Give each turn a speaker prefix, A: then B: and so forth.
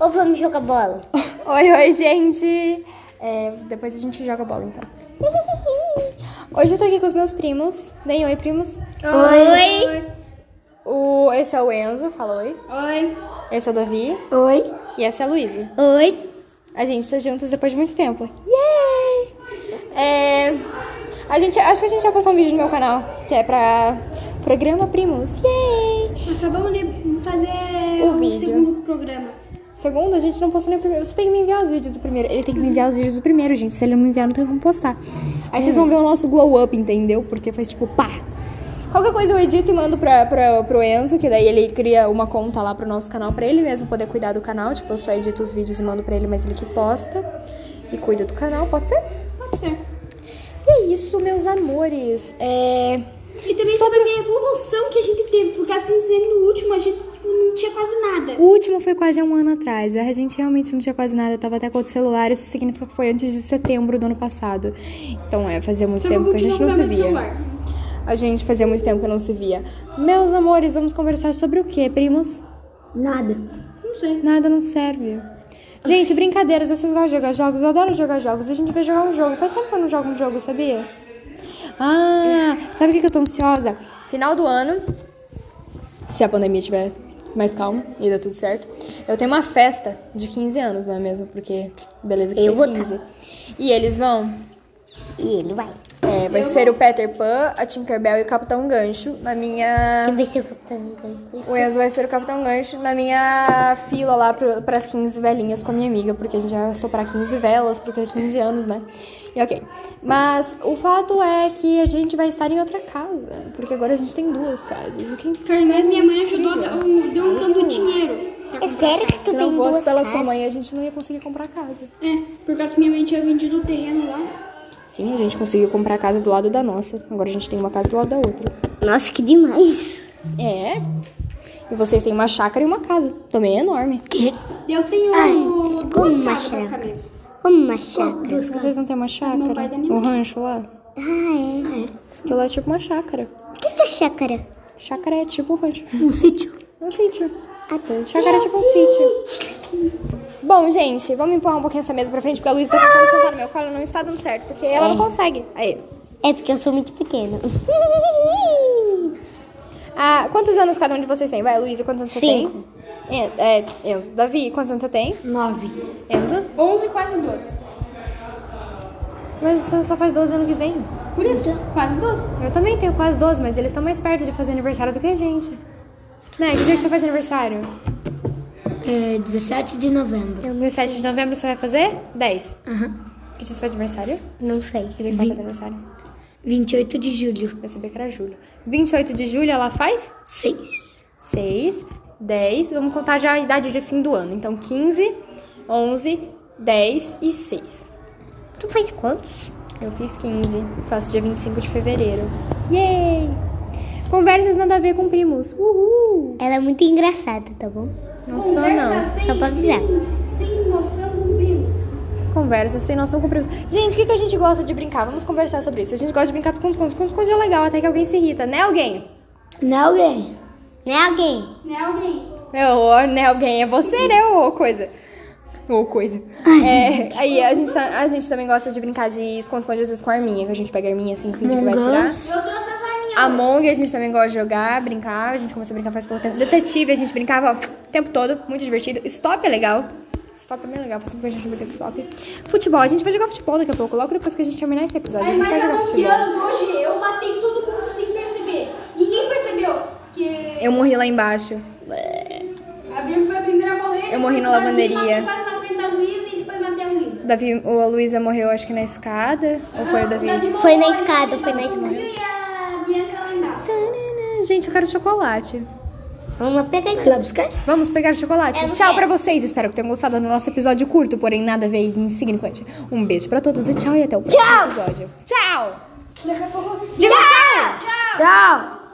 A: Ou vamos jogar bola?
B: Oi, oi, gente! É, depois a gente joga bola, então. Hoje eu tô aqui com os meus primos. Deem oi, primos.
A: Oi.
B: O, esse é o Enzo, fala oi.
A: Oi.
B: Esse é o Davi.
A: Oi.
B: E essa é a Luísa.
A: Oi.
B: A gente está juntos depois de muito tempo. Yay! É, a gente, acho que a gente vai postar um vídeo no meu canal, que é pra Programa Primos. Yay!
C: Acabamos de fazer
B: O
C: o
B: vídeo.
C: segundo programa.
B: Segundo, a gente não postou nem o primeiro. Você tem que me enviar os vídeos do primeiro. Ele tem que me enviar os vídeos do primeiro, gente. Se ele não me enviar, não tem como postar. Aí
C: É.
B: vocês vão ver o nosso glow up, entendeu? Porque faz tipo pá. Qualquer coisa eu edito e mando pra, pra, pro Enzo, que daí ele cria uma conta lá pro nosso canal pra ele mesmo poder cuidar do canal. Tipo, eu só edito os vídeos e mando pra ele, mas ele que posta e cuida do canal, pode ser?
C: Pode ser.
B: E é isso, meus amores. É.
C: E também sobre a evolução que a gente teve, porque assim dizendo, no último a gente tipo, não tinha quase nada.
B: O último foi quase há um ano atrás. A gente realmente não tinha quase nada. Eu tava até com outro celular. Isso significa que foi antes de setembro do ano passado. Então, é, fazia muito
C: Então
B: tempo que a gente não
C: continuar
B: se
C: com o
B: via.
C: celular.
B: A gente fazia muito tempo que não se via. Meus amores, vamos conversar sobre o quê, primos?
A: Nada.
C: Não sei.
B: Nada não serve. Gente, brincadeiras, vocês gostam de jogar jogos? Eu adoro jogar jogos. A gente vai jogar um jogo. Faz tempo que eu não jogo um jogo, sabia? Ah, sabe o que que eu tô ansiosa? Final do ano, se a pandemia tiver mais calma e dá tudo certo, eu tenho uma festa de 15 anos, não é mesmo? Porque, beleza, que
A: Eu vou tá.
B: fez 15. E eles vão.
A: E ele vai.
B: É, vai ser o Peter Pan, a Tinkerbell e o Capitão Gancho na minha
A: Quem vai ser o capitão do campo?
B: o Enzo vai ser o Capitão Gancho na minha fila lá pro, pras 15 velhinhas com a minha amiga, porque a gente vai soprar 15 velas, porque é 15 anos, né? E ok. Mas o fato é que a gente vai estar em outra casa, porque agora a gente tem duas casas. O que é
C: Mas minha mãe ajudou a
B: incrível.
C: dar um, deu um tanto de dinheiro. pra
A: É
C: comprar
A: sério que
C: casa.
A: tu
B: Se
A: tem
B: não fosse
A: duas
B: pela
A: casas?
B: sua mãe, a gente não ia conseguir comprar casa.
C: É, por causa que minha mãe tinha vendido o terreno lá.
B: Sim, a gente conseguiu comprar a casa do lado da nossa. Agora a gente tem uma casa do lado da outra.
A: Nossa, que demais.
B: É. E vocês têm uma chácara e uma casa. Também é enorme.
C: Eu tenho
A: Ai,
C: duas
A: uma
C: casas,
A: chácara.
C: basicamente.
A: Como uma chácara.
B: Vocês não têm uma chácara?
C: Meu pai e da minha
B: um
C: mãe.
B: rancho lá?
A: Ah, é.
B: Aquilo é tipo uma chácara.
A: O que que é chácara?
B: Chácara é tipo um rancho.
A: Um sítio.
B: É um sítio.
A: Ah, tem
B: Chácara é tipo um sítio. Bom, gente, vamos empurrar um pouquinho essa mesa pra frente, porque a Luísa tá tentando sentar no meu colo não está dando certo, porque ela não consegue. Aí.
A: É porque eu sou muito pequena.
B: Ah, quantos anos cada um de vocês tem? Vai, Luísa, quantos anos
A: Cinco.
B: você tem? En- É, Enzo. Davi, quantos anos você tem?
A: Nove.
B: Enzo?
C: 11 quase 12.
B: Mas você só faz 12 ano que vem.
C: Por isso,
A: Então,
C: quase 12.
B: Eu também tenho quase 12, mas eles estão mais perto de fazer aniversário do que a gente. Né, que dia que você faz aniversário?
A: É, 17 de novembro.
B: 17 de novembro você vai fazer? 10.
A: Aham.
B: Que dia você faz aniversário?
A: Não sei.
B: Que dia que vai fazer aniversário?
A: 28 de julho.
B: Eu sabia que era julho. 28 de julho ela faz
A: 6.
B: 6, 10. Vamos contar já a idade de fim do ano. Então, 15, 11, 10 e 6.
A: Tu faz quantos?
B: Eu fiz 15. Faço dia 25 de fevereiro. Yay! Conversas nada a ver com primos. Uhul!
A: Ela é muito engraçada, tá bom?
B: Não sou, não.
C: sem,
A: só pra avisar.
C: Sem, sem noção com primos.
B: Conversas sem noção com primos. Gente, o que, que a gente gosta de brincar? Vamos conversar sobre isso. A gente gosta de brincar com os contos. Contos é legal, até que alguém se irrita, né, alguém?
A: Não é alguém. Não é alguém.
C: Né, alguém?
B: Ô, né, alguém é você, né, ô coisa. Ô, coisa. É, aí a gente, ta- a gente também gosta de brincar de esconde-esconde às vezes com a arminha, que a gente pega a arminha assim, finge que vai tirar.
C: Eu trouxe essa minha.
B: Among a gente também gosta de jogar, brincar. A gente começou a brincar faz pouco tempo. Detetive, a gente brincava ó, o tempo todo, muito divertido. Stop é legal. Stop é bem legal, faz tempo que a gente não brinca de stop. Futebol, a gente vai jogar futebol daqui a pouco, logo depois que a gente terminar esse episódio. A
C: Mas
B: gente vai
C: mais há
B: jogar
C: 11
B: futebol.
C: anos hoje eu matei todo mundo sem perceber. Ninguém percebeu que
B: Eu morri lá embaixo.
C: a Bia foi a primeira a morrer.
B: Eu morri na
C: depois eu
B: lavanderia.
C: matei Quase na frente da Luísa e depois matei a Luísa.
B: Davi, ou a Luísa morreu, acho que na escada. Ou foi o Davi?
A: Foi na
C: morreu,
A: escada,
C: eu
A: foi na
C: subiu
A: escada.
C: E a Bianca lá embaixo.
B: Tanana. Gente, eu quero chocolate.
A: Vamos lá pegar ele. Lá buscar?
B: Vamos pegar chocolate.
A: Eu não
B: tchau
A: quero.
B: pra vocês. Espero que tenham gostado do nosso episódio curto, porém nada a ver e insignificante. Um beijo pra todos e tchau e até o próximo episódio. Tchau!
C: Daqui a pouco...
B: Diga tchau!
A: Tchau.